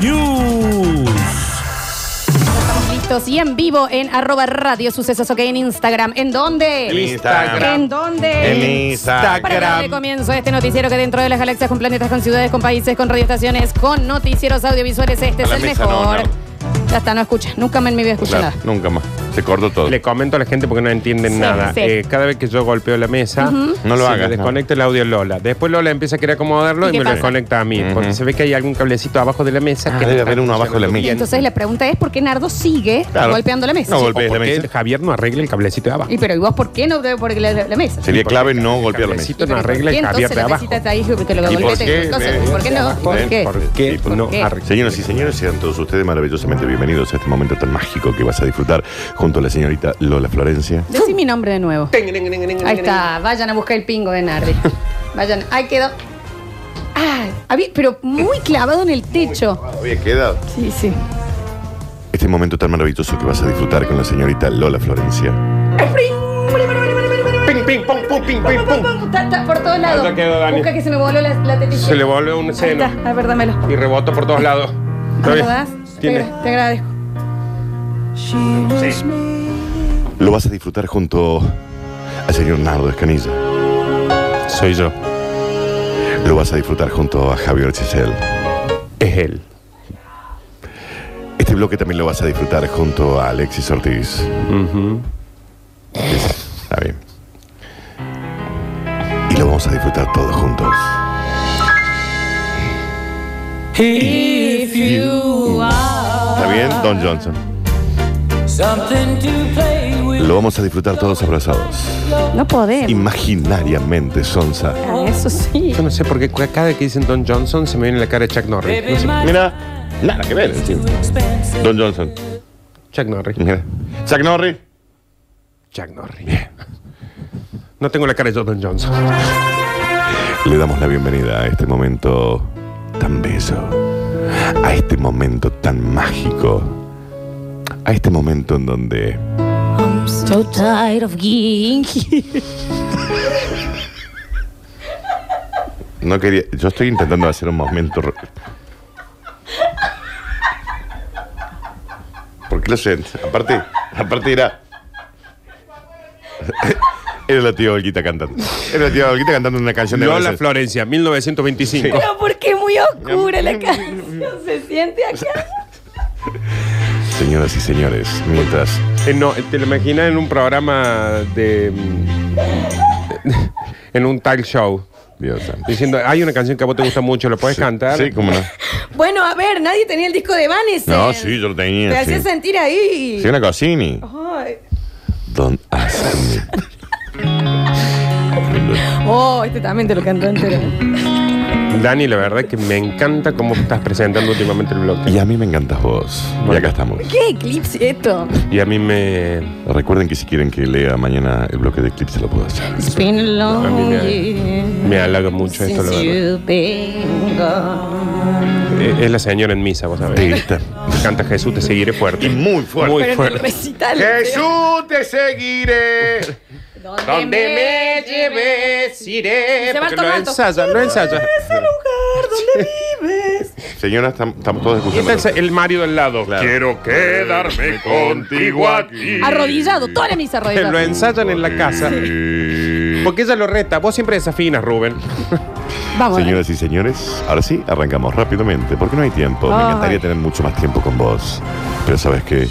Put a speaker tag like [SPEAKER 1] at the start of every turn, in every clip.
[SPEAKER 1] News.
[SPEAKER 2] Listos y en vivo en arroba radio sucesos, ok, en Instagram. ¿En dónde?
[SPEAKER 3] En Instagram.
[SPEAKER 2] ¿En dónde?
[SPEAKER 3] En Instagram.
[SPEAKER 2] Para darle comienzo a este noticiero que dentro de las galaxias, con planetas, con ciudades, con países, con radioestaciones, con noticieros audiovisuales, este
[SPEAKER 3] A
[SPEAKER 2] es
[SPEAKER 3] la
[SPEAKER 2] el
[SPEAKER 3] mesa,
[SPEAKER 2] mejor. Ya está, no escuchas. Nunca me en mi vida escuché
[SPEAKER 3] Claro,
[SPEAKER 2] nada.
[SPEAKER 3] nunca más. Se cortó todo.
[SPEAKER 4] Le comento a la gente porque no entienden
[SPEAKER 2] Sí,
[SPEAKER 4] nada.
[SPEAKER 2] sí.
[SPEAKER 4] Eh, cada vez que yo golpeo la mesa,
[SPEAKER 3] No lo
[SPEAKER 4] se
[SPEAKER 3] hagas,
[SPEAKER 4] me desconecta el audio Lola. Después Lola empieza a querer acomodarlo
[SPEAKER 2] ¿Y
[SPEAKER 4] y,
[SPEAKER 2] qué
[SPEAKER 4] me
[SPEAKER 2] pasa?
[SPEAKER 4] lo desconecta a mí.
[SPEAKER 3] Ujú.
[SPEAKER 4] Porque se ve que hay algún cablecito abajo de la mesa.
[SPEAKER 3] Ah,
[SPEAKER 4] que no
[SPEAKER 3] debe
[SPEAKER 4] está
[SPEAKER 3] haber uno abajo de la
[SPEAKER 4] funcionando
[SPEAKER 3] mesa.
[SPEAKER 2] Y
[SPEAKER 4] bien.
[SPEAKER 2] entonces la pregunta es por qué Nardo sigue
[SPEAKER 3] Claro.
[SPEAKER 2] golpeando la mesa.
[SPEAKER 3] No,
[SPEAKER 2] Sí.
[SPEAKER 3] golpe- golpees
[SPEAKER 4] ¿O
[SPEAKER 3] la
[SPEAKER 4] por qué
[SPEAKER 3] mesa?
[SPEAKER 4] Javier no arregla el cablecito de abajo.
[SPEAKER 2] Y pero ¿y vos por qué no veo por la, la mesa?
[SPEAKER 3] Sería
[SPEAKER 4] Porque
[SPEAKER 3] clave no
[SPEAKER 4] el
[SPEAKER 3] golpear la mesa.
[SPEAKER 4] cablecito no arregla
[SPEAKER 2] ¿Y
[SPEAKER 4] el
[SPEAKER 2] por qué entonces
[SPEAKER 4] Javier de
[SPEAKER 2] la
[SPEAKER 4] abajo.
[SPEAKER 2] mesita está ahí porque lo
[SPEAKER 3] ¿Y por
[SPEAKER 2] golpete?
[SPEAKER 3] qué?
[SPEAKER 2] Entonces,
[SPEAKER 3] Ve-
[SPEAKER 2] ¿Por qué no? ¿Por
[SPEAKER 4] ¿Por
[SPEAKER 2] qué?
[SPEAKER 4] qué
[SPEAKER 3] ¿Por
[SPEAKER 4] no
[SPEAKER 2] qué?
[SPEAKER 4] arregla?
[SPEAKER 3] Señoras y señores, sean todos ustedes maravillosamente bienvenidos a este momento tan mágico que vas a disfrutar junto a la señorita Lola Florencia.
[SPEAKER 2] Decí mi nombre de nuevo. Ahí está, vayan a buscar el pingo de Nardi. Vayan, ahí quedó. Ah, había- pero muy clavado en el techo.
[SPEAKER 3] Había quedado.
[SPEAKER 2] Sí, sí.
[SPEAKER 3] Este momento tan maravilloso que vas a disfrutar con la señorita Lola Florencia.
[SPEAKER 4] Ping, ping, pong, pum, ping, ping, pum.
[SPEAKER 2] Está, está por todos lados.
[SPEAKER 4] Allá quedó Dani.
[SPEAKER 2] Busca que se me voló la, la tetilla.
[SPEAKER 4] Se le volvió un
[SPEAKER 2] Ahí está,
[SPEAKER 4] seno
[SPEAKER 2] a ver, dámelo.
[SPEAKER 4] y rebotó por todos lados. ¿Está
[SPEAKER 2] ¿Me
[SPEAKER 4] bien?
[SPEAKER 2] lo das? Te,
[SPEAKER 4] Tiene-
[SPEAKER 2] agra- te agradezco.
[SPEAKER 3] Lo vas a disfrutar junto al señor Nardo Escanilla.
[SPEAKER 4] Soy yo.
[SPEAKER 3] Lo vas a disfrutar junto a Javier Chesel.
[SPEAKER 4] Es él.
[SPEAKER 3] Este bloque también lo vas a disfrutar junto a Alexis Ortiz. Es- Está bien. Y lo vamos a disfrutar todos juntos. ¿Está bien, Don Johnson? Lo vamos a disfrutar todos abrazados.
[SPEAKER 2] No podemos.
[SPEAKER 3] Imaginariamente, Sonsa.
[SPEAKER 2] Ah, Eso sí.
[SPEAKER 4] Yo no sé por qué ca- cada que dicen Don Johnson se me viene la cara de Chuck Norris. No sé.
[SPEAKER 3] Mira, nada que ver, encima. Don Johnson.
[SPEAKER 4] Chuck Norris.
[SPEAKER 3] Mira. Chuck Norris.
[SPEAKER 4] Chuck Norris. No tengo la cara de Don Johnson.
[SPEAKER 3] Le damos la bienvenida a este momento tan bello, a este momento tan mágico, a este momento en donde
[SPEAKER 5] So tired of being
[SPEAKER 3] no quería, yo estoy intentando hacer un momento. re- ¿Por qué lo siento? Aparte, aparte era era la tía Olguita cantando, era la tía Olguita cantando una canción de
[SPEAKER 4] Lola
[SPEAKER 3] Brasil.
[SPEAKER 4] Florencia, 1925.
[SPEAKER 2] Pero porque es muy oscura la canción. Se siente acá.
[SPEAKER 3] Señoras y señores, mientras
[SPEAKER 4] Eh, no, te lo imaginas en un programa de. mm, en un talk show.
[SPEAKER 3] Dios santo.
[SPEAKER 4] Diciendo, hay una canción que a vos te gusta mucho, ¿la puedes cantar?
[SPEAKER 3] Sí, cómo no.
[SPEAKER 2] Bueno, a ver, nadie tenía el disco de Vanessa.
[SPEAKER 3] No, sí, yo lo tenía.
[SPEAKER 2] Te
[SPEAKER 3] sí.
[SPEAKER 2] hacía sentir ahí.
[SPEAKER 3] Sí, una cocini.
[SPEAKER 2] Oh. Ay.
[SPEAKER 3] Don't ask me.
[SPEAKER 2] Oh, este también te lo cantó entero.
[SPEAKER 4] Dani, la verdad es que me encanta cómo estás presentando últimamente el
[SPEAKER 3] Y
[SPEAKER 4] bloque.
[SPEAKER 3] a mí me encantas vos. Y acá estamos.
[SPEAKER 2] ¿Qué eclipse esto?
[SPEAKER 4] Y a mí me. eh,
[SPEAKER 3] Recuerden que si quieren que lea mañana el bloque de Eclipse lo puedo hacer.
[SPEAKER 5] It's been a
[SPEAKER 4] a mí
[SPEAKER 5] long
[SPEAKER 4] me, me halaga mucho esto, la
[SPEAKER 5] since
[SPEAKER 4] verdad.
[SPEAKER 5] you've been gone.
[SPEAKER 4] Eh, Es la señora en misa, vos
[SPEAKER 3] Te
[SPEAKER 4] sabés.
[SPEAKER 3] grita.
[SPEAKER 4] Canta Jesús, te seguiré fuerte.
[SPEAKER 3] Y muy fuerte.
[SPEAKER 4] Muy
[SPEAKER 2] Pero en el
[SPEAKER 4] fuerte.
[SPEAKER 2] recital.
[SPEAKER 4] Jesús, te seguiré. Donde me lleves, iré.
[SPEAKER 2] Se va
[SPEAKER 4] Porque lo
[SPEAKER 2] tomando.
[SPEAKER 4] ensaya, lo ensaya.
[SPEAKER 3] Señora, estam- estamos todos
[SPEAKER 4] Y
[SPEAKER 3] escuchando.
[SPEAKER 4] está el Mario del lado.
[SPEAKER 3] Claro.
[SPEAKER 4] Quiero quedarme contigo aquí.
[SPEAKER 2] Arrodillado, toda la misa arrodillada.
[SPEAKER 4] Lo ensayan en la casa. Porque ella lo reta. Vos siempre desafinas, Rubén.
[SPEAKER 2] Vamos.
[SPEAKER 3] Señoras y señores, ahora sí, arrancamos rápidamente porque no hay tiempo. Me
[SPEAKER 2] Ay.
[SPEAKER 3] encantaría tener mucho más tiempo con vos. Pero sabes que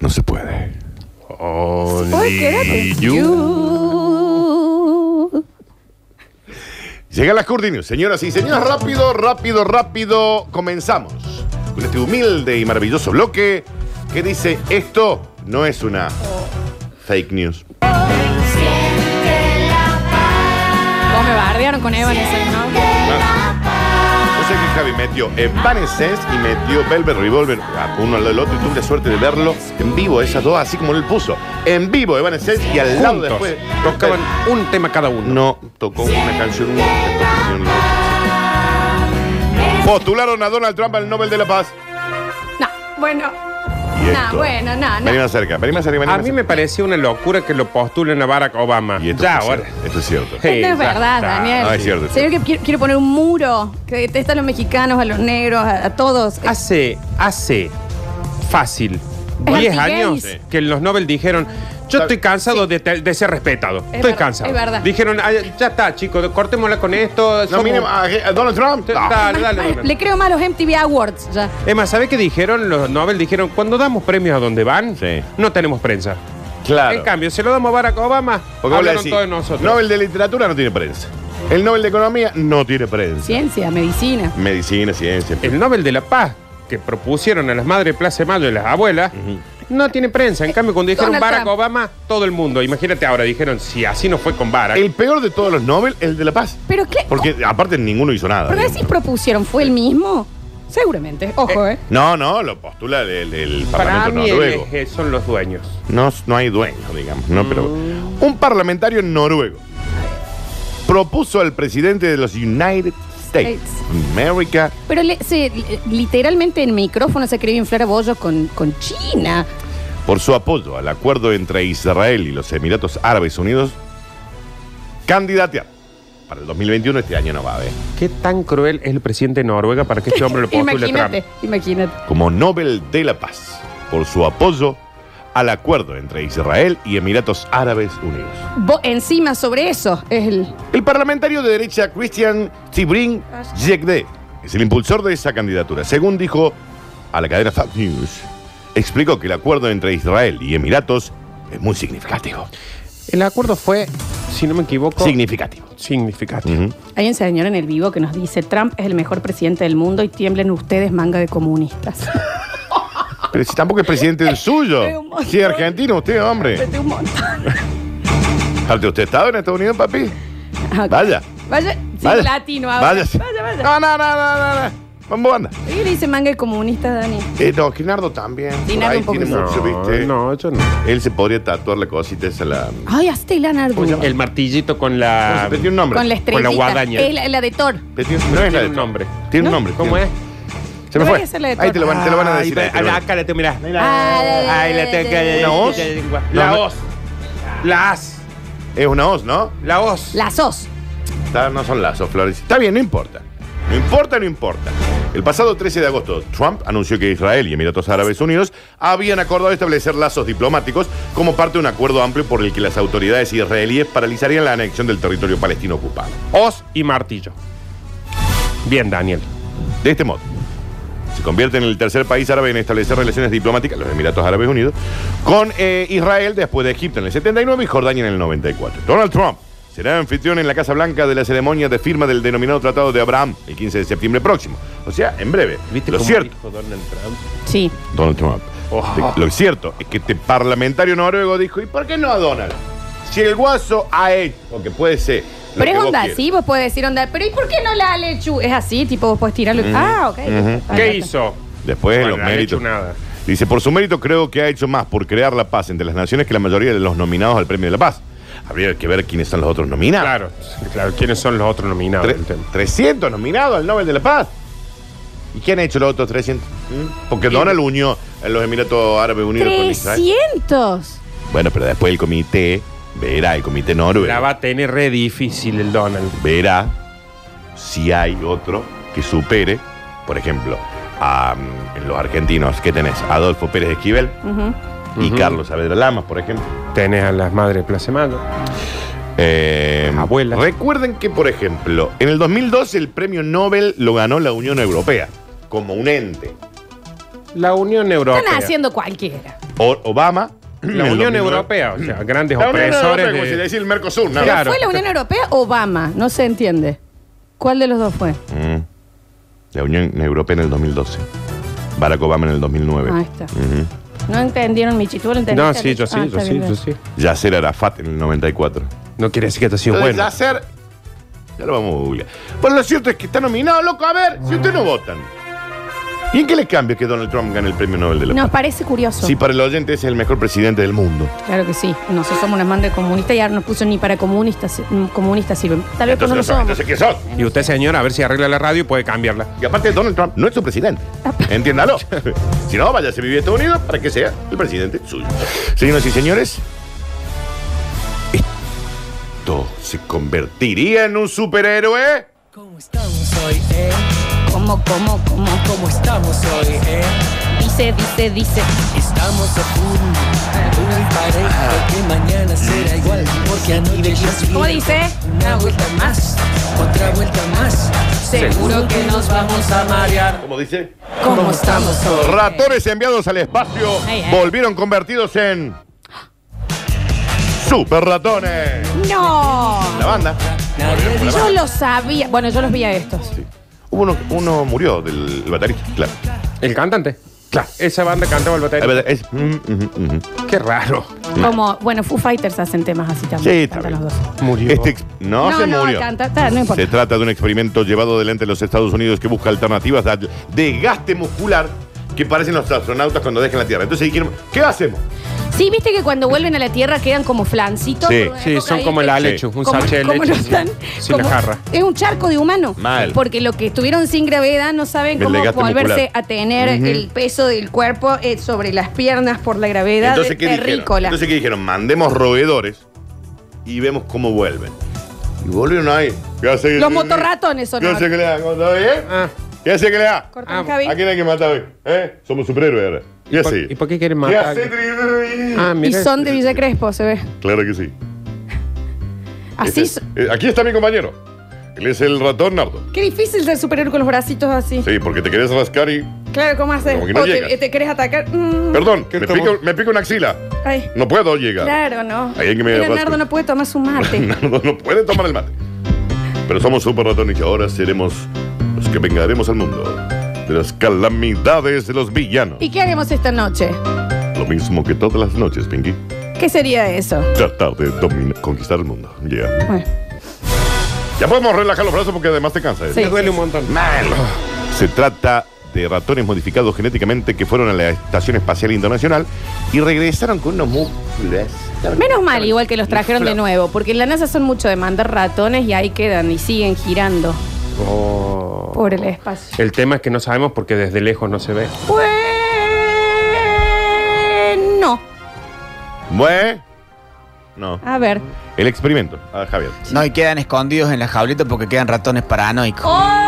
[SPEAKER 3] no se puede.
[SPEAKER 2] Ay, quédate. You.
[SPEAKER 3] Llega la Curti News, señoras y señores, rápido, rápido, rápido, comenzamos con este humilde y maravilloso bloque que dice esto no es una fake news.
[SPEAKER 2] Vos me bardearon con Evan ese, ¿no?
[SPEAKER 3] O sé que Javi metió Evanescence y metió Velvet Revolver a uno al lado del otro y tuve la suerte de verlo en vivo, esas dos, así como él puso. En vivo Evanescence y al lado
[SPEAKER 4] Juntos.
[SPEAKER 3] después.
[SPEAKER 4] Tocaban un tema cada uno.
[SPEAKER 3] No, tocó una canción. uno, tocó una canción, no. Postularon a Donald Trump al Nobel de la Paz.
[SPEAKER 2] No, bueno.
[SPEAKER 3] Y
[SPEAKER 2] No,
[SPEAKER 3] esto.
[SPEAKER 2] bueno, no,
[SPEAKER 3] Vení
[SPEAKER 2] no.
[SPEAKER 3] más cerca, vení más cerca, vení
[SPEAKER 4] A
[SPEAKER 3] más
[SPEAKER 4] mí
[SPEAKER 3] cerca.
[SPEAKER 4] me parecía una locura que lo postulen a Barack Obama.
[SPEAKER 3] Y esto
[SPEAKER 4] Ya
[SPEAKER 3] es
[SPEAKER 4] ahora.
[SPEAKER 3] cierto, Esto es cierto.
[SPEAKER 4] Sí,
[SPEAKER 2] Esto
[SPEAKER 4] ya
[SPEAKER 2] es verdad,
[SPEAKER 4] está.
[SPEAKER 2] Daniel.
[SPEAKER 3] No, es cierto.
[SPEAKER 2] Señor, que quiero, quiero poner un muro que detesta a los mexicanos, a los negros, a, a todos.
[SPEAKER 4] Hace, hace fácil
[SPEAKER 2] Es
[SPEAKER 4] 10
[SPEAKER 2] anti-gays.
[SPEAKER 4] años
[SPEAKER 2] Sí.
[SPEAKER 4] que los Nobel dijeron, yo estoy cansado de, te- de ser respetado. estoy
[SPEAKER 2] verdad,
[SPEAKER 4] cansado.
[SPEAKER 2] es verdad.
[SPEAKER 4] Dijeron, "Ay, ya está, chicos, cortémosla con esto.
[SPEAKER 3] No, ah.
[SPEAKER 4] somos-
[SPEAKER 3] mínimo, a, a Donald Trump. No.
[SPEAKER 4] Dale, dale,
[SPEAKER 2] Ay,
[SPEAKER 4] dale.
[SPEAKER 2] Le creo más a los MTV Awards ya.
[SPEAKER 4] Es más, ¿sabe qué dijeron los Nobel? Dijeron, cuando damos premios a donde van,
[SPEAKER 3] Sí.
[SPEAKER 4] no tenemos prensa.
[SPEAKER 3] Claro.
[SPEAKER 4] En cambio, se lo damos a Barack Obama,
[SPEAKER 3] Porque vos le
[SPEAKER 4] hablaron
[SPEAKER 3] decís,
[SPEAKER 4] todos de nosotros.
[SPEAKER 3] Nobel de literatura no tiene prensa. El Nobel de economía no tiene prensa.
[SPEAKER 2] Ciencia, medicina.
[SPEAKER 3] Medicina, ciencia.
[SPEAKER 4] El Nobel de la Paz, que propusieron a las madres de Plaza de Mayo y las abuelas, no tiene prensa. En cambio, cuando dijeron
[SPEAKER 2] Donald
[SPEAKER 4] Barack
[SPEAKER 2] Trump.
[SPEAKER 4] Obama, todo el mundo. Imagínate ahora, dijeron, si así no fue con Barack.
[SPEAKER 3] El peor de todos los Nobel es el de la paz.
[SPEAKER 2] Pero qué.
[SPEAKER 3] Porque aparte ninguno hizo nada.
[SPEAKER 2] Pero si
[SPEAKER 3] digamos.
[SPEAKER 2] propusieron, ¿fue el mismo? Seguramente. Ojo, ¿eh?
[SPEAKER 3] No, no, lo postula el, el
[SPEAKER 4] Para
[SPEAKER 3] Parlamento
[SPEAKER 4] mí
[SPEAKER 3] noruego.
[SPEAKER 4] el eje son los dueños.
[SPEAKER 3] No, no hay dueño, digamos, ¿no? Pero
[SPEAKER 4] Mm.
[SPEAKER 3] un parlamentario noruego propuso al presidente de los United States,
[SPEAKER 2] States.
[SPEAKER 3] America,
[SPEAKER 2] Pero le- se- li- literalmente en micrófono se quería inflar a bollos con, con China.
[SPEAKER 3] por su apoyo al acuerdo entre Israel y los Emiratos Árabes Unidos, candidatear para el 2021. Este año no va a haber.
[SPEAKER 4] ¿Qué tan cruel es el presidente de Noruega para que este hombre lo postule a
[SPEAKER 2] Imagínate,
[SPEAKER 4] Trump?
[SPEAKER 2] imagínate.
[SPEAKER 3] como Nobel de la Paz por su apoyo al acuerdo entre Israel y Emiratos Árabes Unidos.
[SPEAKER 2] Vos encima sobre eso es el.
[SPEAKER 3] El parlamentario de derecha Christian Tibrin Yekde es el impulsor de esa candidatura. Según dijo a la cadena Fox News, explicó que el acuerdo entre Israel y Emiratos es muy significativo.
[SPEAKER 4] El acuerdo fue, si no me equivoco,
[SPEAKER 3] Significativo.
[SPEAKER 4] significativo.
[SPEAKER 3] Ujú.
[SPEAKER 2] Hay un señor en el vivo que nos dice: Trump es el mejor presidente del mundo y tiemblen ustedes manga de comunistas.
[SPEAKER 3] Pero si tampoco es presidente del
[SPEAKER 2] Es
[SPEAKER 3] suyo.
[SPEAKER 2] un montón.
[SPEAKER 3] Si es argentino, usted, hombre.
[SPEAKER 2] De un montón.
[SPEAKER 3] Salte usted estado en Estados Unidos, papi? Vaya.
[SPEAKER 2] Vaya, sí,
[SPEAKER 3] Vaya.
[SPEAKER 2] latino ahora.
[SPEAKER 3] Vaya, sí.
[SPEAKER 2] vaya. vaya.
[SPEAKER 3] No, no, no, no, no, no. Vamos, anda.
[SPEAKER 2] ¿Por qué le dice manga de comunistas, Dani?
[SPEAKER 3] Eh, no, Quinardo también.
[SPEAKER 2] Dinardo
[SPEAKER 3] Por ahí
[SPEAKER 2] un poco.
[SPEAKER 3] tiene mucho, ¿viste?
[SPEAKER 4] no, yo no.
[SPEAKER 3] Él se podría tatuar la cosita esa la.
[SPEAKER 2] Ay, hasta el Nardo.
[SPEAKER 3] Oye,
[SPEAKER 4] El martillito con la...
[SPEAKER 3] Pero tiene un nombre.
[SPEAKER 2] Con la
[SPEAKER 4] Con la
[SPEAKER 2] estrellita.
[SPEAKER 4] guadaña.
[SPEAKER 2] Es la, la de Thor.
[SPEAKER 3] Pero tiene- no es la
[SPEAKER 4] Tiene
[SPEAKER 3] de
[SPEAKER 4] un
[SPEAKER 3] Thor.
[SPEAKER 4] nombre.
[SPEAKER 3] Tiene un
[SPEAKER 2] ¿No?
[SPEAKER 3] nombre.
[SPEAKER 4] ¿Cómo
[SPEAKER 3] tiene-
[SPEAKER 4] es?
[SPEAKER 3] Se me
[SPEAKER 2] No
[SPEAKER 3] fue.
[SPEAKER 2] es la de
[SPEAKER 3] Ahí te lo van, te lo van a decir. ahí
[SPEAKER 4] Ay,
[SPEAKER 3] te lo van a decir.
[SPEAKER 4] acá la tengo, mirá.
[SPEAKER 2] Ah,
[SPEAKER 4] Ahí la tengo.
[SPEAKER 3] ¿Una hoz?
[SPEAKER 4] La
[SPEAKER 3] No,
[SPEAKER 4] hoz. La as.
[SPEAKER 3] Es una hoz, ¿no?
[SPEAKER 4] La hoz.
[SPEAKER 2] La sos.
[SPEAKER 3] Está- no son lazos, Flores. Está bien, no importa. No importa, no importa. El pasado 13 de agosto, Trump anunció que Israel y Emiratos Árabes Unidos habían acordado establecer lazos diplomáticos como parte de un acuerdo amplio por el que las autoridades israelíes paralizarían la anexión del territorio palestino ocupado.
[SPEAKER 4] Hoz y martillo. Bien, Daniel.
[SPEAKER 3] De este modo, se convierte en el tercer país árabe en establecer relaciones diplomáticas, los Emiratos Árabes Unidos, con eh, Israel después de Egipto en el 79 y Jordania en el 94. Donald Trump será anfitrión en la Casa Blanca de la ceremonia de firma del denominado Tratado de Abraham el 15 de septiembre próximo. O sea, en breve. Lo cierto,
[SPEAKER 4] dijo Donald Trump?
[SPEAKER 2] Sí.
[SPEAKER 3] Donald Trump.
[SPEAKER 4] Oh.
[SPEAKER 3] Lo cierto es que este parlamentario noruego dijo, ¿y por qué no a Donald? Si el guaso ha hecho, porque puede ser. lo
[SPEAKER 2] Pero
[SPEAKER 3] que
[SPEAKER 2] es
[SPEAKER 3] vos
[SPEAKER 2] onda
[SPEAKER 3] quieras.
[SPEAKER 2] así, vos podés decir onda, pero ¿y por qué no la lechu? Es así, tipo, vos podés tirarlo. y- Ah, ok. Ah, ya
[SPEAKER 4] Mm. ¿Qué
[SPEAKER 2] está.
[SPEAKER 4] hizo?
[SPEAKER 3] Después
[SPEAKER 4] Bueno,
[SPEAKER 3] los
[SPEAKER 4] no ha
[SPEAKER 3] méritos.
[SPEAKER 4] hecho nada.
[SPEAKER 3] Dice, por su mérito creo que ha hecho más por crear la paz entre las naciones que la mayoría de los nominados al Premio de la Paz. Habría que ver quiénes son los otros nominados.
[SPEAKER 4] Claro, claro. ¿Quiénes son los otros nominados?
[SPEAKER 3] Tre-
[SPEAKER 4] del tema?
[SPEAKER 3] 300 nominados al Nobel de la Paz. ¿Y quién ha hecho los otros 300? ¿Mm? Porque Donald unió a los Emiratos Árabes Unidos con Israel.
[SPEAKER 2] 300.
[SPEAKER 3] Bueno, pero después el comité verá, el comité
[SPEAKER 4] La va
[SPEAKER 3] noruego
[SPEAKER 4] a tener re difícil el Donald.
[SPEAKER 3] verá si hay otro que supere, por ejemplo, a mm, los argentinos que tenés, Adolfo Pérez Esquivel
[SPEAKER 2] Ujú.
[SPEAKER 3] y
[SPEAKER 4] Ujú.
[SPEAKER 3] Carlos Saavedra Lamas, por ejemplo.
[SPEAKER 4] Tenés a las madres de Plaza de Mayo.
[SPEAKER 3] Eh,
[SPEAKER 4] Abuelas.
[SPEAKER 3] Recuerden que, por ejemplo, en el 2012 el premio Nobel lo ganó la Unión Europea como un ente.
[SPEAKER 4] La Unión Europea.
[SPEAKER 2] Están haciendo cualquiera.
[SPEAKER 3] O- Obama. en
[SPEAKER 4] La
[SPEAKER 3] el
[SPEAKER 4] Unión
[SPEAKER 3] 2009.
[SPEAKER 4] Europea, o sea, grandes
[SPEAKER 3] La Unión Europea,
[SPEAKER 4] opresores
[SPEAKER 3] como si le
[SPEAKER 4] de...
[SPEAKER 3] decís el Mercosur, ¿no?
[SPEAKER 2] ¿Pero
[SPEAKER 4] Claro.
[SPEAKER 2] fue la Unión Europea o Obama? No se entiende. ¿Cuál de los dos fue?
[SPEAKER 3] Mm. La Unión Europea en el 2012. Barack Obama en el 2009.
[SPEAKER 2] Ahí está.
[SPEAKER 3] Ujú.
[SPEAKER 2] No entendieron, Michi. ¿Tú lo entendiste?
[SPEAKER 4] No, sí, yo sí,
[SPEAKER 2] Ah,
[SPEAKER 4] yo
[SPEAKER 2] está
[SPEAKER 4] sí,
[SPEAKER 2] bien,
[SPEAKER 4] yo
[SPEAKER 2] bien.
[SPEAKER 4] sí.
[SPEAKER 3] Yasser Arafat en el 94.
[SPEAKER 4] No quiere decir que esto ha sido
[SPEAKER 3] Entonces,
[SPEAKER 4] bueno.
[SPEAKER 3] Yasser Ya lo vamos a googlear. Pero lo cierto es que está nominado, loco. A ver, si ustedes no votan. ¿Y en qué le cambia que Donald Trump gane el premio Nobel de la
[SPEAKER 2] Nos
[SPEAKER 3] Paz?
[SPEAKER 2] parece curioso.
[SPEAKER 3] Si para el oyente es el mejor presidente del mundo.
[SPEAKER 2] Claro que sí. Nosotros somos una manda de comunistas y ahora nos puso ni para comunistas, mm, comunistas sirven. Tal vez pues no
[SPEAKER 3] Entonces,
[SPEAKER 2] lo
[SPEAKER 3] no son,
[SPEAKER 2] somos.
[SPEAKER 3] entonces, ¿qué son?
[SPEAKER 4] Y usted, señora, a ver si arregla la radio y puede cambiarla.
[SPEAKER 3] Y aparte, Donald Trump no es su presidente.
[SPEAKER 2] Ah, pues.
[SPEAKER 3] Entiéndalo. si no, váyase a vivir a Estados Unidos para que sea el presidente suyo. Señoras y señores, esto se convertiría en un superhéroe.
[SPEAKER 6] ¿Cómo estamos hoy, eh?
[SPEAKER 2] ¿Cómo, cómo, cómo?
[SPEAKER 6] ¿Cómo estamos hoy, eh?
[SPEAKER 2] Dice, dice, dice.
[SPEAKER 6] Estamos a punto, muy parejo que mañana será igual, porque anoche ya se
[SPEAKER 2] ¿Cómo
[SPEAKER 6] vino.
[SPEAKER 2] dice?
[SPEAKER 6] Una vuelta más, otra vuelta más, seguro que nos vamos a marear.
[SPEAKER 3] Como dice,
[SPEAKER 6] ¿Cómo estamos hoy?
[SPEAKER 3] ratones enviados al espacio
[SPEAKER 2] Ay, ay.
[SPEAKER 3] volvieron convertidos en. Super ratones.
[SPEAKER 2] ¡No!
[SPEAKER 3] La banda.
[SPEAKER 6] Nadie
[SPEAKER 3] Volvieron con la
[SPEAKER 2] Yo
[SPEAKER 3] banda.
[SPEAKER 2] lo sabía. Bueno, yo los vi a estos.
[SPEAKER 3] Sí. Hubo Uno, uno murió del el baterista, claro.
[SPEAKER 4] ¿El cantante? Claro. Esa banda cantaba el
[SPEAKER 3] La
[SPEAKER 4] batería.
[SPEAKER 3] verdad es- mm, mm, mm, mm.
[SPEAKER 4] Qué raro.
[SPEAKER 2] Como, bueno, Foo Fighters hacen temas así también.
[SPEAKER 3] Sí, está
[SPEAKER 2] Cantan
[SPEAKER 3] bien.
[SPEAKER 2] los dos.
[SPEAKER 4] Murió.
[SPEAKER 3] Este ex- no,
[SPEAKER 2] No,
[SPEAKER 3] se
[SPEAKER 2] no,
[SPEAKER 3] murió.
[SPEAKER 2] canta- está, no importa.
[SPEAKER 3] Se trata de un experimento llevado adelante en los Estados Unidos que busca alternativas de desgaste muscular que parecen los astronautas cuando dejan la Tierra. Entonces dijeron, ¿qué hacemos?
[SPEAKER 2] Sí, viste que cuando vuelven a la tierra quedan como flancitos.
[SPEAKER 3] Sí.
[SPEAKER 2] Por una
[SPEAKER 4] Sí,
[SPEAKER 2] época
[SPEAKER 4] son
[SPEAKER 2] ahí
[SPEAKER 4] como el
[SPEAKER 2] que-
[SPEAKER 4] halechu, un
[SPEAKER 2] como-
[SPEAKER 4] sachet de
[SPEAKER 2] como
[SPEAKER 4] leche,
[SPEAKER 2] no
[SPEAKER 4] sí.
[SPEAKER 2] están-
[SPEAKER 4] Sí, la
[SPEAKER 2] como-
[SPEAKER 4] jarra.
[SPEAKER 2] Es un charco de humano.
[SPEAKER 3] Mal.
[SPEAKER 2] Porque lo que estuvieron sin gravedad no saben
[SPEAKER 3] El
[SPEAKER 2] cómo
[SPEAKER 3] desgaste
[SPEAKER 2] volverse
[SPEAKER 3] muscular.
[SPEAKER 2] a tener el peso del cuerpo eh, sobre las piernas por la gravedad
[SPEAKER 3] Entonces,
[SPEAKER 2] de
[SPEAKER 3] ¿qué dijeron?
[SPEAKER 2] terrícola.
[SPEAKER 3] Entonces, ¿qué dijeron? Mandemos roedores y vemos cómo vuelven. Y volvieron ahí. ¿Qué hace que-
[SPEAKER 2] Los motorratones son
[SPEAKER 3] ¿Qué hace
[SPEAKER 2] ahora.
[SPEAKER 3] que le dan? ¿Cómo está bien?
[SPEAKER 4] Ah.
[SPEAKER 3] ¿Qué hace que le dan?
[SPEAKER 2] Cortame,
[SPEAKER 4] Ah,
[SPEAKER 2] Javi.
[SPEAKER 3] ¿A quién hay que matar hoy? ¿Eh? Somos superhéroes ahora. ¿Qué
[SPEAKER 4] ¿Y por-
[SPEAKER 3] hace?
[SPEAKER 4] y por qué quieren
[SPEAKER 3] ¿Qué
[SPEAKER 4] matar a
[SPEAKER 3] hace?
[SPEAKER 4] Ah,
[SPEAKER 2] Y
[SPEAKER 4] mira.
[SPEAKER 2] son de Villa Crespo, se ve.
[SPEAKER 3] Claro que sí.
[SPEAKER 2] Así.
[SPEAKER 3] Este- eh, aquí está mi compañero. Él es el ratón Nardo.
[SPEAKER 2] Qué difícil ser superhéroe con los bracitos así.
[SPEAKER 3] Sí, porque te querés rascar y.
[SPEAKER 2] Claro, ¿cómo haces?
[SPEAKER 3] Como que no
[SPEAKER 2] o te,
[SPEAKER 3] llegas.
[SPEAKER 2] te querés atacar. Mm,
[SPEAKER 3] Perdón,
[SPEAKER 4] ¿Qué
[SPEAKER 3] me
[SPEAKER 4] estamos?
[SPEAKER 3] pico, me pico una axila.
[SPEAKER 2] ay.
[SPEAKER 3] No puedo llegar.
[SPEAKER 2] Claro, no.
[SPEAKER 3] Ahí hay que me
[SPEAKER 2] Pero
[SPEAKER 3] rasco.
[SPEAKER 2] Nardo no puede tomar su mate.
[SPEAKER 3] Nardo no puede tomar el mate. Pero somos super ratones y ahora seremos los que vengaremos al mundo de las calamidades de los villanos.
[SPEAKER 2] ¿Y qué haremos esta noche?
[SPEAKER 3] Lo mismo que todas las noches, Pinky.
[SPEAKER 2] ¿Qué sería eso?
[SPEAKER 3] Tratar de dominar, conquistar el mundo. Yeah.
[SPEAKER 2] Bueno,
[SPEAKER 3] Ya podemos relajar los brazos porque además te cansa. ¿eh?
[SPEAKER 2] Sí.
[SPEAKER 4] Me duele un montón.
[SPEAKER 3] Se trata de ratones modificados genéticamente que fueron a la Estación Espacial Internacional y regresaron con unos músculos.
[SPEAKER 2] menos mal, igual que los trajeron de nuevo, porque en la NASA son mucho de mandar ratones y ahí quedan y siguen girando
[SPEAKER 4] Oh.
[SPEAKER 2] por el espacio.
[SPEAKER 4] El tema es que no sabemos porque desde lejos no se ve.
[SPEAKER 2] Bueno,
[SPEAKER 3] Bueno, no.
[SPEAKER 2] a ver.
[SPEAKER 3] El experimento. A Javier.
[SPEAKER 7] No, y quedan escondidos en la jaulita porque quedan ratones paranoicos.
[SPEAKER 2] Oh.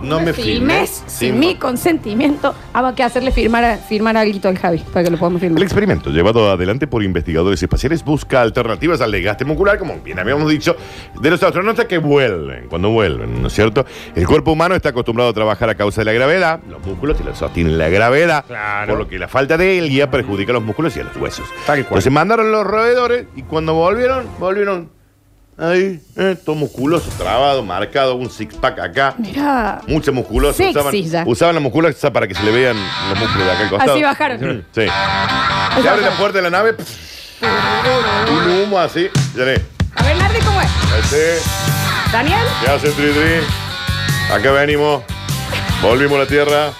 [SPEAKER 3] No me
[SPEAKER 2] filmes
[SPEAKER 3] filmes
[SPEAKER 2] sin mi consentimiento. Había que hacerle firmar, a- firmar algo al Javi para que lo podamos
[SPEAKER 3] El
[SPEAKER 2] firmar.
[SPEAKER 3] experimento llevado adelante por investigadores espaciales busca alternativas al desgaste muscular, como bien habíamos dicho, de los astronautas que vuelven, cuando vuelven, ¿no es cierto? El cuerpo humano está acostumbrado a trabajar a causa de la gravedad, los músculos y los sostienen la gravedad,
[SPEAKER 4] Claro.
[SPEAKER 3] por lo que la falta de guía perjudica a los músculos y a los huesos.
[SPEAKER 4] Tal cual.
[SPEAKER 3] Entonces mandaron los roedores y cuando volvieron, volvieron ahí, eh, todo musculoso, trabado, marcado, un six-pack acá.
[SPEAKER 2] Mirá.
[SPEAKER 3] Mucha musculosa.
[SPEAKER 2] Sexy
[SPEAKER 3] usaban,
[SPEAKER 2] ya.
[SPEAKER 3] usaban la musculosa para que se le vean los músculos de acá al costado.
[SPEAKER 2] Así bajaron.
[SPEAKER 3] Sí. Se abre la puerta de la nave. pff, Un humo así. Ya le.
[SPEAKER 2] A ver, Nardi, ¿cómo es?
[SPEAKER 3] Este,
[SPEAKER 2] ¿Daniel?
[SPEAKER 3] ¿Qué hace tri tri? Acá venimos. Volvimos a la Tierra.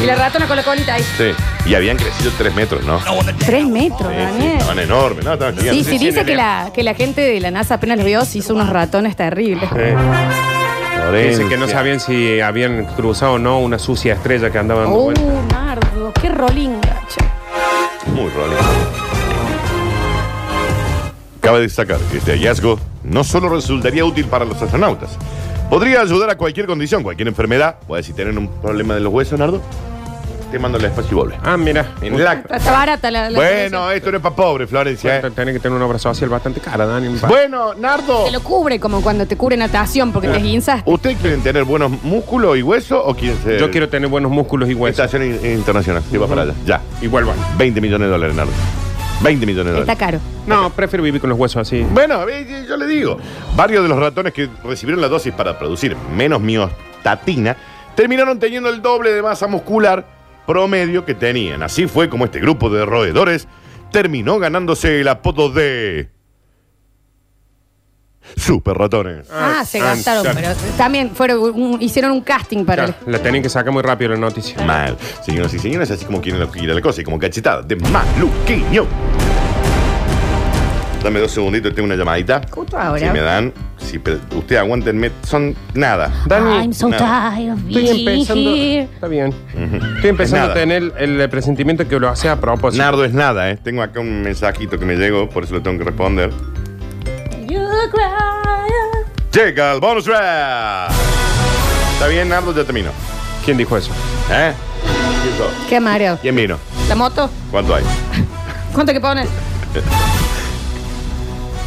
[SPEAKER 2] Y la ratona con la colita ahí.
[SPEAKER 3] Sí. Y habían crecido tres metros, ¿no? Sí,
[SPEAKER 2] Tres metros,
[SPEAKER 3] sí,
[SPEAKER 2] Daniel.
[SPEAKER 3] estaban enormes, ¿no? Estaban
[SPEAKER 2] Sí,
[SPEAKER 3] gigantes.
[SPEAKER 2] sí, dice que la, que la gente de la NASA apenas los vio, se hizo unos ratones terribles.
[SPEAKER 4] Dice que no sabían si habían cruzado o no una sucia estrella que andaba dando
[SPEAKER 2] Oh,
[SPEAKER 4] vueltas.
[SPEAKER 2] Nardo, qué rolinga, che.
[SPEAKER 3] Muy rolling. Cabe destacar que este hallazgo no solo resultaría útil para los astronautas, podría ayudar a cualquier condición, cualquier enfermedad. Puede si tienen un problema de los huesos, Nardo, te mando al espacio y vuelve.
[SPEAKER 4] Ah, mira.
[SPEAKER 3] En el acta.
[SPEAKER 2] Está, está barata la, la
[SPEAKER 3] Bueno, esto no es para pobre, Florencia. ¿eh?
[SPEAKER 4] Tiene que tener una obra social bastante cara, Dani.
[SPEAKER 3] Bueno,
[SPEAKER 4] eh.
[SPEAKER 3] Nardo,
[SPEAKER 2] Te lo cubre como cuando te cubre natación
[SPEAKER 4] Ah.
[SPEAKER 2] porque te esguinzaste.
[SPEAKER 3] ¿usted quieren tener buenos músculos y huesos o quieren ser
[SPEAKER 4] Yo quiero tener buenos músculos y huesos.
[SPEAKER 3] estación in- internacional? Sí, va para allá. Ya.
[SPEAKER 4] Y vuelvan.
[SPEAKER 3] 20 millones de dólares, Nardo. 20 millones de
[SPEAKER 2] Está
[SPEAKER 3] dólares.
[SPEAKER 2] caro.
[SPEAKER 4] No, prefiero vivir con los huesos así.
[SPEAKER 3] Bueno, eh, yo le digo, varios de los ratones que recibieron la dosis para producir menos miostatina terminaron teniendo el doble de masa muscular promedio que tenían. Así fue como este grupo de roedores terminó ganándose el apodo de Super ratones.
[SPEAKER 2] Ah, se
[SPEAKER 4] ah,
[SPEAKER 2] gastaron,
[SPEAKER 4] claro.
[SPEAKER 2] pero también fueron un- hicieron un casting para
[SPEAKER 4] Claro, la tenían que sacar muy rápido la noticia.
[SPEAKER 3] Mal. Señoras y señores, así como quieren ir a la cosa y como cachetada de maluquiño. Dame dos segunditos, tengo una llamadita.
[SPEAKER 2] el. Justo ahora.
[SPEAKER 3] Si me dan, si pero usted aguántenme, son nada.
[SPEAKER 4] Dani,
[SPEAKER 5] I'm so
[SPEAKER 3] no.
[SPEAKER 5] tired of
[SPEAKER 4] estoy
[SPEAKER 5] being
[SPEAKER 4] empezando.
[SPEAKER 5] here.
[SPEAKER 4] Está bien. Estoy empezando
[SPEAKER 3] Nada.
[SPEAKER 4] a tener el, presentimiento que lo hace a propósito.
[SPEAKER 3] Nardo es nada, ¿eh? Tengo acá un mensajito que me llegó, por eso lo tengo que responder.
[SPEAKER 5] You cry.
[SPEAKER 3] Llega el bonus round. ¿Está bien, Nardo? Ya termino.
[SPEAKER 4] ¿Quién dijo eso?
[SPEAKER 3] ¿Eh? ¿Quién sos?
[SPEAKER 2] Qué mareo.
[SPEAKER 3] ¿Quién vino?
[SPEAKER 2] ¿La moto?
[SPEAKER 3] ¿Cuánto hay?
[SPEAKER 2] ¿Cuánto que pones?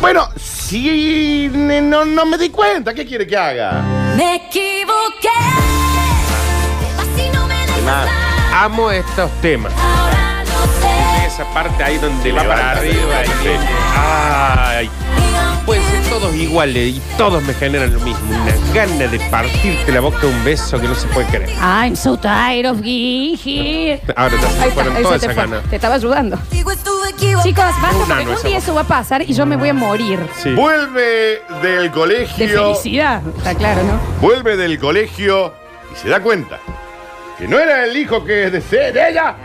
[SPEAKER 3] Bueno, sí, ne- no, no me di cuenta. ¿Qué quiere que haga?
[SPEAKER 5] Me equivoqué. Así no me dejas
[SPEAKER 3] Mal.
[SPEAKER 5] más.
[SPEAKER 4] Amo estos temas.
[SPEAKER 5] Ahora lo sé.
[SPEAKER 4] Esa parte ahí donde va
[SPEAKER 3] levanta,
[SPEAKER 4] para arriba. y-
[SPEAKER 3] sí.
[SPEAKER 4] Ay,
[SPEAKER 5] Y
[SPEAKER 4] pueden ser todos iguales y todos me generan lo mismo. Una gana de partirte la boca un beso que no se puede creer.
[SPEAKER 5] I'm so tired of being here.
[SPEAKER 4] Ahora ya Ah, se
[SPEAKER 2] Ahí está,
[SPEAKER 4] fueron
[SPEAKER 2] ahí se
[SPEAKER 4] todas
[SPEAKER 2] te
[SPEAKER 4] esas
[SPEAKER 2] fue.
[SPEAKER 4] ganas.
[SPEAKER 2] Te estaba ayudando.
[SPEAKER 5] Digo, estuve equivocada.
[SPEAKER 2] Chicos, basta
[SPEAKER 4] Un
[SPEAKER 2] porque
[SPEAKER 4] nano
[SPEAKER 2] un
[SPEAKER 4] esa
[SPEAKER 2] día
[SPEAKER 4] voz.
[SPEAKER 2] eso va a pasar y yo me voy a morir.
[SPEAKER 4] Sí.
[SPEAKER 3] Vuelve del
[SPEAKER 2] De
[SPEAKER 3] colegio.
[SPEAKER 2] felicidad, está claro, ¿no?
[SPEAKER 3] Vuelve del colegio y se da cuenta que no era el hijo que es de ser ella.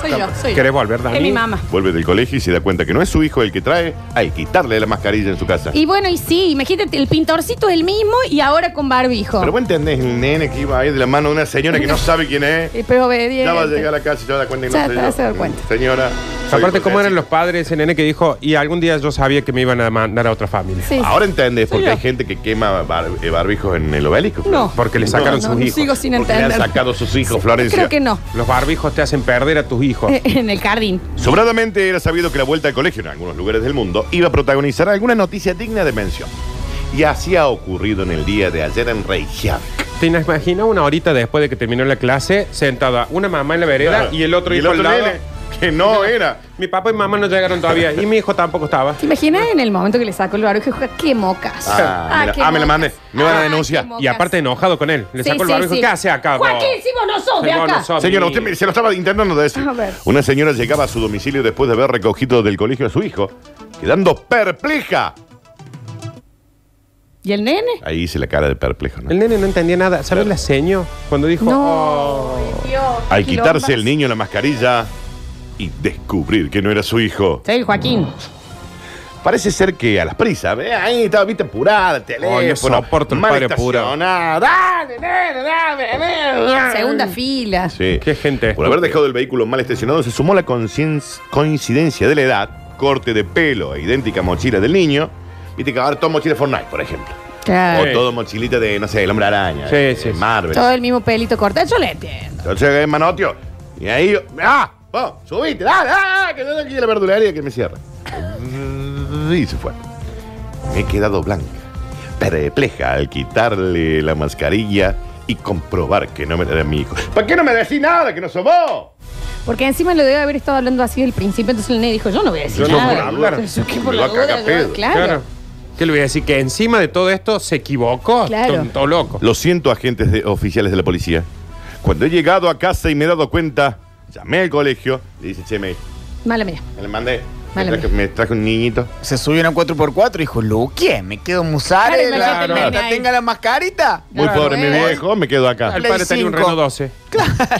[SPEAKER 2] Soy yo, soy yo.
[SPEAKER 4] ¿Querés volver, Dani?
[SPEAKER 2] Es mi mamá.
[SPEAKER 3] Vuelve del colegio y se da cuenta que no es su hijo el que trae al quitarle la mascarilla en su casa.
[SPEAKER 2] Y bueno, y sí, imagínate, el pintorcito es el mismo y ahora con barbijo.
[SPEAKER 3] Pero vos entendés el nene que iba a ir de la mano de una señora que no sabe quién es.
[SPEAKER 2] Eh, Pero obediente.
[SPEAKER 3] Ya va a llegar a la casa y se va a dar cuenta que no
[SPEAKER 2] Ya,
[SPEAKER 3] soy
[SPEAKER 2] ya
[SPEAKER 3] yo.
[SPEAKER 2] se da cuenta.
[SPEAKER 3] Mm, Señora. soy
[SPEAKER 4] Aparte,
[SPEAKER 3] José.
[SPEAKER 4] ¿cómo eran los padres, el nene que dijo, y algún día yo sabía que me iban a mandar a otra familia?
[SPEAKER 2] Sí.
[SPEAKER 3] Ahora entendés por
[SPEAKER 2] Soy
[SPEAKER 3] qué
[SPEAKER 2] yo.
[SPEAKER 3] hay gente que quema bar- eh, barbijos en el obelisco.
[SPEAKER 2] No.
[SPEAKER 4] Porque le sacaron
[SPEAKER 2] No,
[SPEAKER 4] sus
[SPEAKER 2] no,
[SPEAKER 4] hijos.
[SPEAKER 2] sigo sin
[SPEAKER 3] Porque le han
[SPEAKER 2] entender.
[SPEAKER 3] sacado sus hijos, Florencia.
[SPEAKER 2] Creo que no.
[SPEAKER 4] Los barbijos te hacen perder a tus hijos.
[SPEAKER 2] Eh, En el jardín.
[SPEAKER 3] Sobradamente era sabido que la vuelta al colegio en algunos lugares del mundo iba a protagonizar alguna noticia digna de mención. Y así ha ocurrido en el día de ayer en Reykjavik.
[SPEAKER 4] ¿Te imaginas una horita después de que terminó la clase, sentada una mamá en la vereda y el otro hijo al lado?
[SPEAKER 3] nene, que no era.
[SPEAKER 4] Mi papá y mamá no llegaron todavía y mi hijo tampoco estaba.
[SPEAKER 2] ¿Te imaginas en el momento que le saco el barbijo? ¡Qué mocas!
[SPEAKER 3] Ah, mira.
[SPEAKER 2] qué
[SPEAKER 3] Ah, me la
[SPEAKER 2] mocas.
[SPEAKER 3] mandé. Me van a
[SPEAKER 2] Ah,
[SPEAKER 3] denunciar.
[SPEAKER 2] qué mocas.
[SPEAKER 4] Y aparte enojado con él. Le
[SPEAKER 2] Sí,
[SPEAKER 4] sacó el
[SPEAKER 2] sí,
[SPEAKER 4] barbijo.
[SPEAKER 2] sí.
[SPEAKER 4] ¿Qué hace acá? vos?
[SPEAKER 2] Joaquín, si vos no sos de
[SPEAKER 4] Sí, vos
[SPEAKER 2] acá.
[SPEAKER 4] no sos
[SPEAKER 3] Señora,
[SPEAKER 4] mi-
[SPEAKER 3] usted me- se lo estaba intentando decir.
[SPEAKER 2] A ver.
[SPEAKER 3] Una señora llegaba a su domicilio después de haber recogido del colegio a su hijo, quedando perpleja.
[SPEAKER 2] ¿Y el nene?
[SPEAKER 3] Ahí hice la cara de perplejo, ¿no?
[SPEAKER 4] El nene no entendía nada. ¿Sabes la seño? Cuando dijo.
[SPEAKER 2] No.
[SPEAKER 4] "Oh".
[SPEAKER 2] Dios,
[SPEAKER 3] Al
[SPEAKER 2] qué
[SPEAKER 3] quitarse el
[SPEAKER 2] quilombas.
[SPEAKER 3] niño la mascarilla y descubrir que no era su hijo.
[SPEAKER 2] Sí, Joaquín.
[SPEAKER 3] Parece ser que a las prisas, ¿eh? ahí estaba, viste, apurada, el teléfono.
[SPEAKER 4] Ay, no soporto el
[SPEAKER 3] mal
[SPEAKER 4] padre apurado.
[SPEAKER 3] estacionado. Dale, nene, dale, nene.
[SPEAKER 2] Segunda fila.
[SPEAKER 3] Sí.
[SPEAKER 4] Qué gente
[SPEAKER 3] Por haber
[SPEAKER 4] estúpida.
[SPEAKER 3] dejado el vehículo mal estacionado, se sumó la coincidencia- coincidencia de la edad, corte de pelo e idéntica mochila del niño. Viste que ahora todo mochila de Fortnite, por ejemplo.
[SPEAKER 2] Claro.
[SPEAKER 3] O todo mochilita de, no sé, el hombre araña.
[SPEAKER 4] Ah. Sí,
[SPEAKER 3] de
[SPEAKER 4] sí, sí.
[SPEAKER 3] Marvel.
[SPEAKER 2] Todo el mismo pelito cortado. Yo le entiendo.
[SPEAKER 3] Entonces llegué manotio. Y ahí yo, ¡ah! Vos, subiste, dale, dale, que yo tengo que ir a la verdularia que me cierra. Y se fue. Me he quedado blanca, perpleja al quitarle la mascarilla y comprobar que no me era mi hijo. ¿Por qué no me decís nada? Que no somos vos.
[SPEAKER 2] Porque encima lo debe haber estado hablando así del principio. Entonces el nene dijo: Yo no voy a decir
[SPEAKER 4] Yo no
[SPEAKER 2] nada.
[SPEAKER 4] voy a hablar.
[SPEAKER 2] Yo que por
[SPEAKER 3] Me
[SPEAKER 2] la
[SPEAKER 3] va a cagar
[SPEAKER 2] duda,
[SPEAKER 3] pedo.
[SPEAKER 2] yo- Claro.
[SPEAKER 4] ¿Qué le voy a decir? Que encima de todo esto se equivocó.
[SPEAKER 2] Claro.
[SPEAKER 4] Tonto loco.
[SPEAKER 3] Lo siento, agentes de- oficiales de la policía. Cuando he llegado a casa y me he dado cuenta, llamé al colegio, le dice, che, me,
[SPEAKER 2] Mala mía.
[SPEAKER 3] me le mandé. Me
[SPEAKER 2] Mala
[SPEAKER 3] traje,
[SPEAKER 2] mía.
[SPEAKER 3] me traje un niñito.
[SPEAKER 7] Se subieron a 4x4 y dijo, Luque, me quedo
[SPEAKER 2] Claro, imagínate
[SPEAKER 7] musarela.
[SPEAKER 2] el
[SPEAKER 7] Mientras
[SPEAKER 2] nene ahí.
[SPEAKER 7] tenga la mascarita.
[SPEAKER 3] Muy
[SPEAKER 2] Claro,
[SPEAKER 3] pobre mi
[SPEAKER 2] eh.
[SPEAKER 3] viejo, me quedo acá.
[SPEAKER 4] Al
[SPEAKER 7] Play
[SPEAKER 4] padre tenía un
[SPEAKER 7] cinco.
[SPEAKER 4] Renault 12.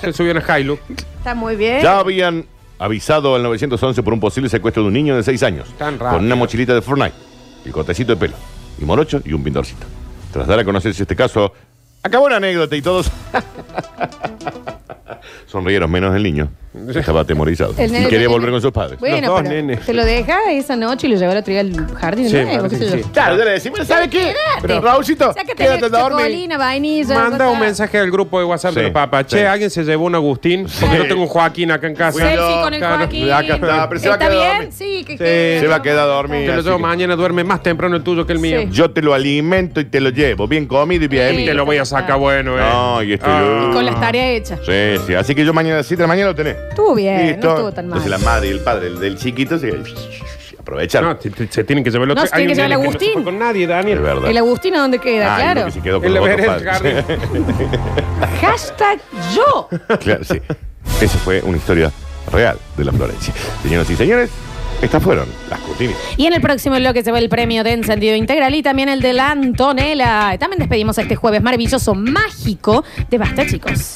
[SPEAKER 4] Se subió en el Hilux.
[SPEAKER 2] Está muy bien.
[SPEAKER 3] Ya habían avisado al 911 por un posible secuestro de un niño de 6 años.
[SPEAKER 4] Tan rápido.
[SPEAKER 3] con una mochilita de Fortnite, el cortecito de pelo, y morocho y un pintorcito. Tras dar a conocerse este caso, acabó la anécdota y todos sonrieron, menos el niño. que Estaba atemorizado.
[SPEAKER 2] El nene
[SPEAKER 3] y quería
[SPEAKER 2] también.
[SPEAKER 3] volver con sus padres.
[SPEAKER 2] Bueno,
[SPEAKER 4] Los dos
[SPEAKER 2] pero
[SPEAKER 4] nenes.
[SPEAKER 2] te lo deja esa noche y lo lleva el otro día al jardín.
[SPEAKER 4] Sí,
[SPEAKER 2] ¿no? ¿O qué
[SPEAKER 4] Martín,
[SPEAKER 2] sé yo?
[SPEAKER 4] sí.
[SPEAKER 3] Claro, ya le decimos, ¿sabe qué? Pero Raúlcito,
[SPEAKER 2] Sácate
[SPEAKER 3] quédate a
[SPEAKER 2] la
[SPEAKER 3] dormir.
[SPEAKER 2] chocolina, vainilla.
[SPEAKER 4] Manda un
[SPEAKER 2] cosas.
[SPEAKER 4] mensaje al grupo de WhatsApp
[SPEAKER 3] Sí,
[SPEAKER 4] de los papas.
[SPEAKER 3] sí.
[SPEAKER 4] Che, alguien se llevó un Agustín. Porque
[SPEAKER 3] Sí.
[SPEAKER 4] yo tengo un Joaquín acá en casa.
[SPEAKER 3] Fui
[SPEAKER 2] Selfie
[SPEAKER 3] yo,
[SPEAKER 2] con el
[SPEAKER 4] claro.
[SPEAKER 2] Joaquín.
[SPEAKER 3] Acá está, pero se va a
[SPEAKER 2] ¿Está
[SPEAKER 3] quedar
[SPEAKER 2] bien?
[SPEAKER 3] dormido.
[SPEAKER 2] Sí, que
[SPEAKER 4] Sí.
[SPEAKER 2] quede.
[SPEAKER 3] Se va a quedar
[SPEAKER 4] Te
[SPEAKER 3] dormido.
[SPEAKER 4] lo
[SPEAKER 3] así
[SPEAKER 4] llevo
[SPEAKER 3] que
[SPEAKER 4] mañana, duerme más temprano el tuyo que el mío.
[SPEAKER 2] Sí.
[SPEAKER 3] Yo te lo alimento y te lo llevo, bien comido y bien.
[SPEAKER 2] Sí.
[SPEAKER 4] Te lo voy a sacar bueno, eh.
[SPEAKER 3] No, y este esto yo-
[SPEAKER 2] Y con las tareas hechas.
[SPEAKER 3] Sí, sí. Así que yo mañana, 7 de la mañana lo tenés.
[SPEAKER 2] Estuvo bien,
[SPEAKER 3] Listo.
[SPEAKER 2] no estuvo tan mal.
[SPEAKER 3] Entonces la madre y el padre del- del chiquito se aprovechar.
[SPEAKER 4] No, te- te- se tienen que llevar el
[SPEAKER 2] No,
[SPEAKER 4] otro.
[SPEAKER 2] se tiene
[SPEAKER 4] Hay
[SPEAKER 2] que
[SPEAKER 4] un
[SPEAKER 2] llevar el
[SPEAKER 4] nene que no se
[SPEAKER 2] Agustín.
[SPEAKER 4] fue con nadie, Daniel.
[SPEAKER 3] es verdad.
[SPEAKER 2] ¿El Agustín a dónde queda?
[SPEAKER 3] Ah, y
[SPEAKER 2] claro.
[SPEAKER 3] uno que se quedó con
[SPEAKER 4] En la
[SPEAKER 3] los otros
[SPEAKER 4] vereda del
[SPEAKER 3] padres.
[SPEAKER 2] Hashtag yo.
[SPEAKER 3] claro, sí. Esa fue una historia real de la Florencia. Señoras y señores, Estas fueron las cortinas.
[SPEAKER 2] Y en el próximo bloque se va el premio de encendido integral y también el de la Antonella. También despedimos a este jueves maravilloso, mágico de Basta, chicos.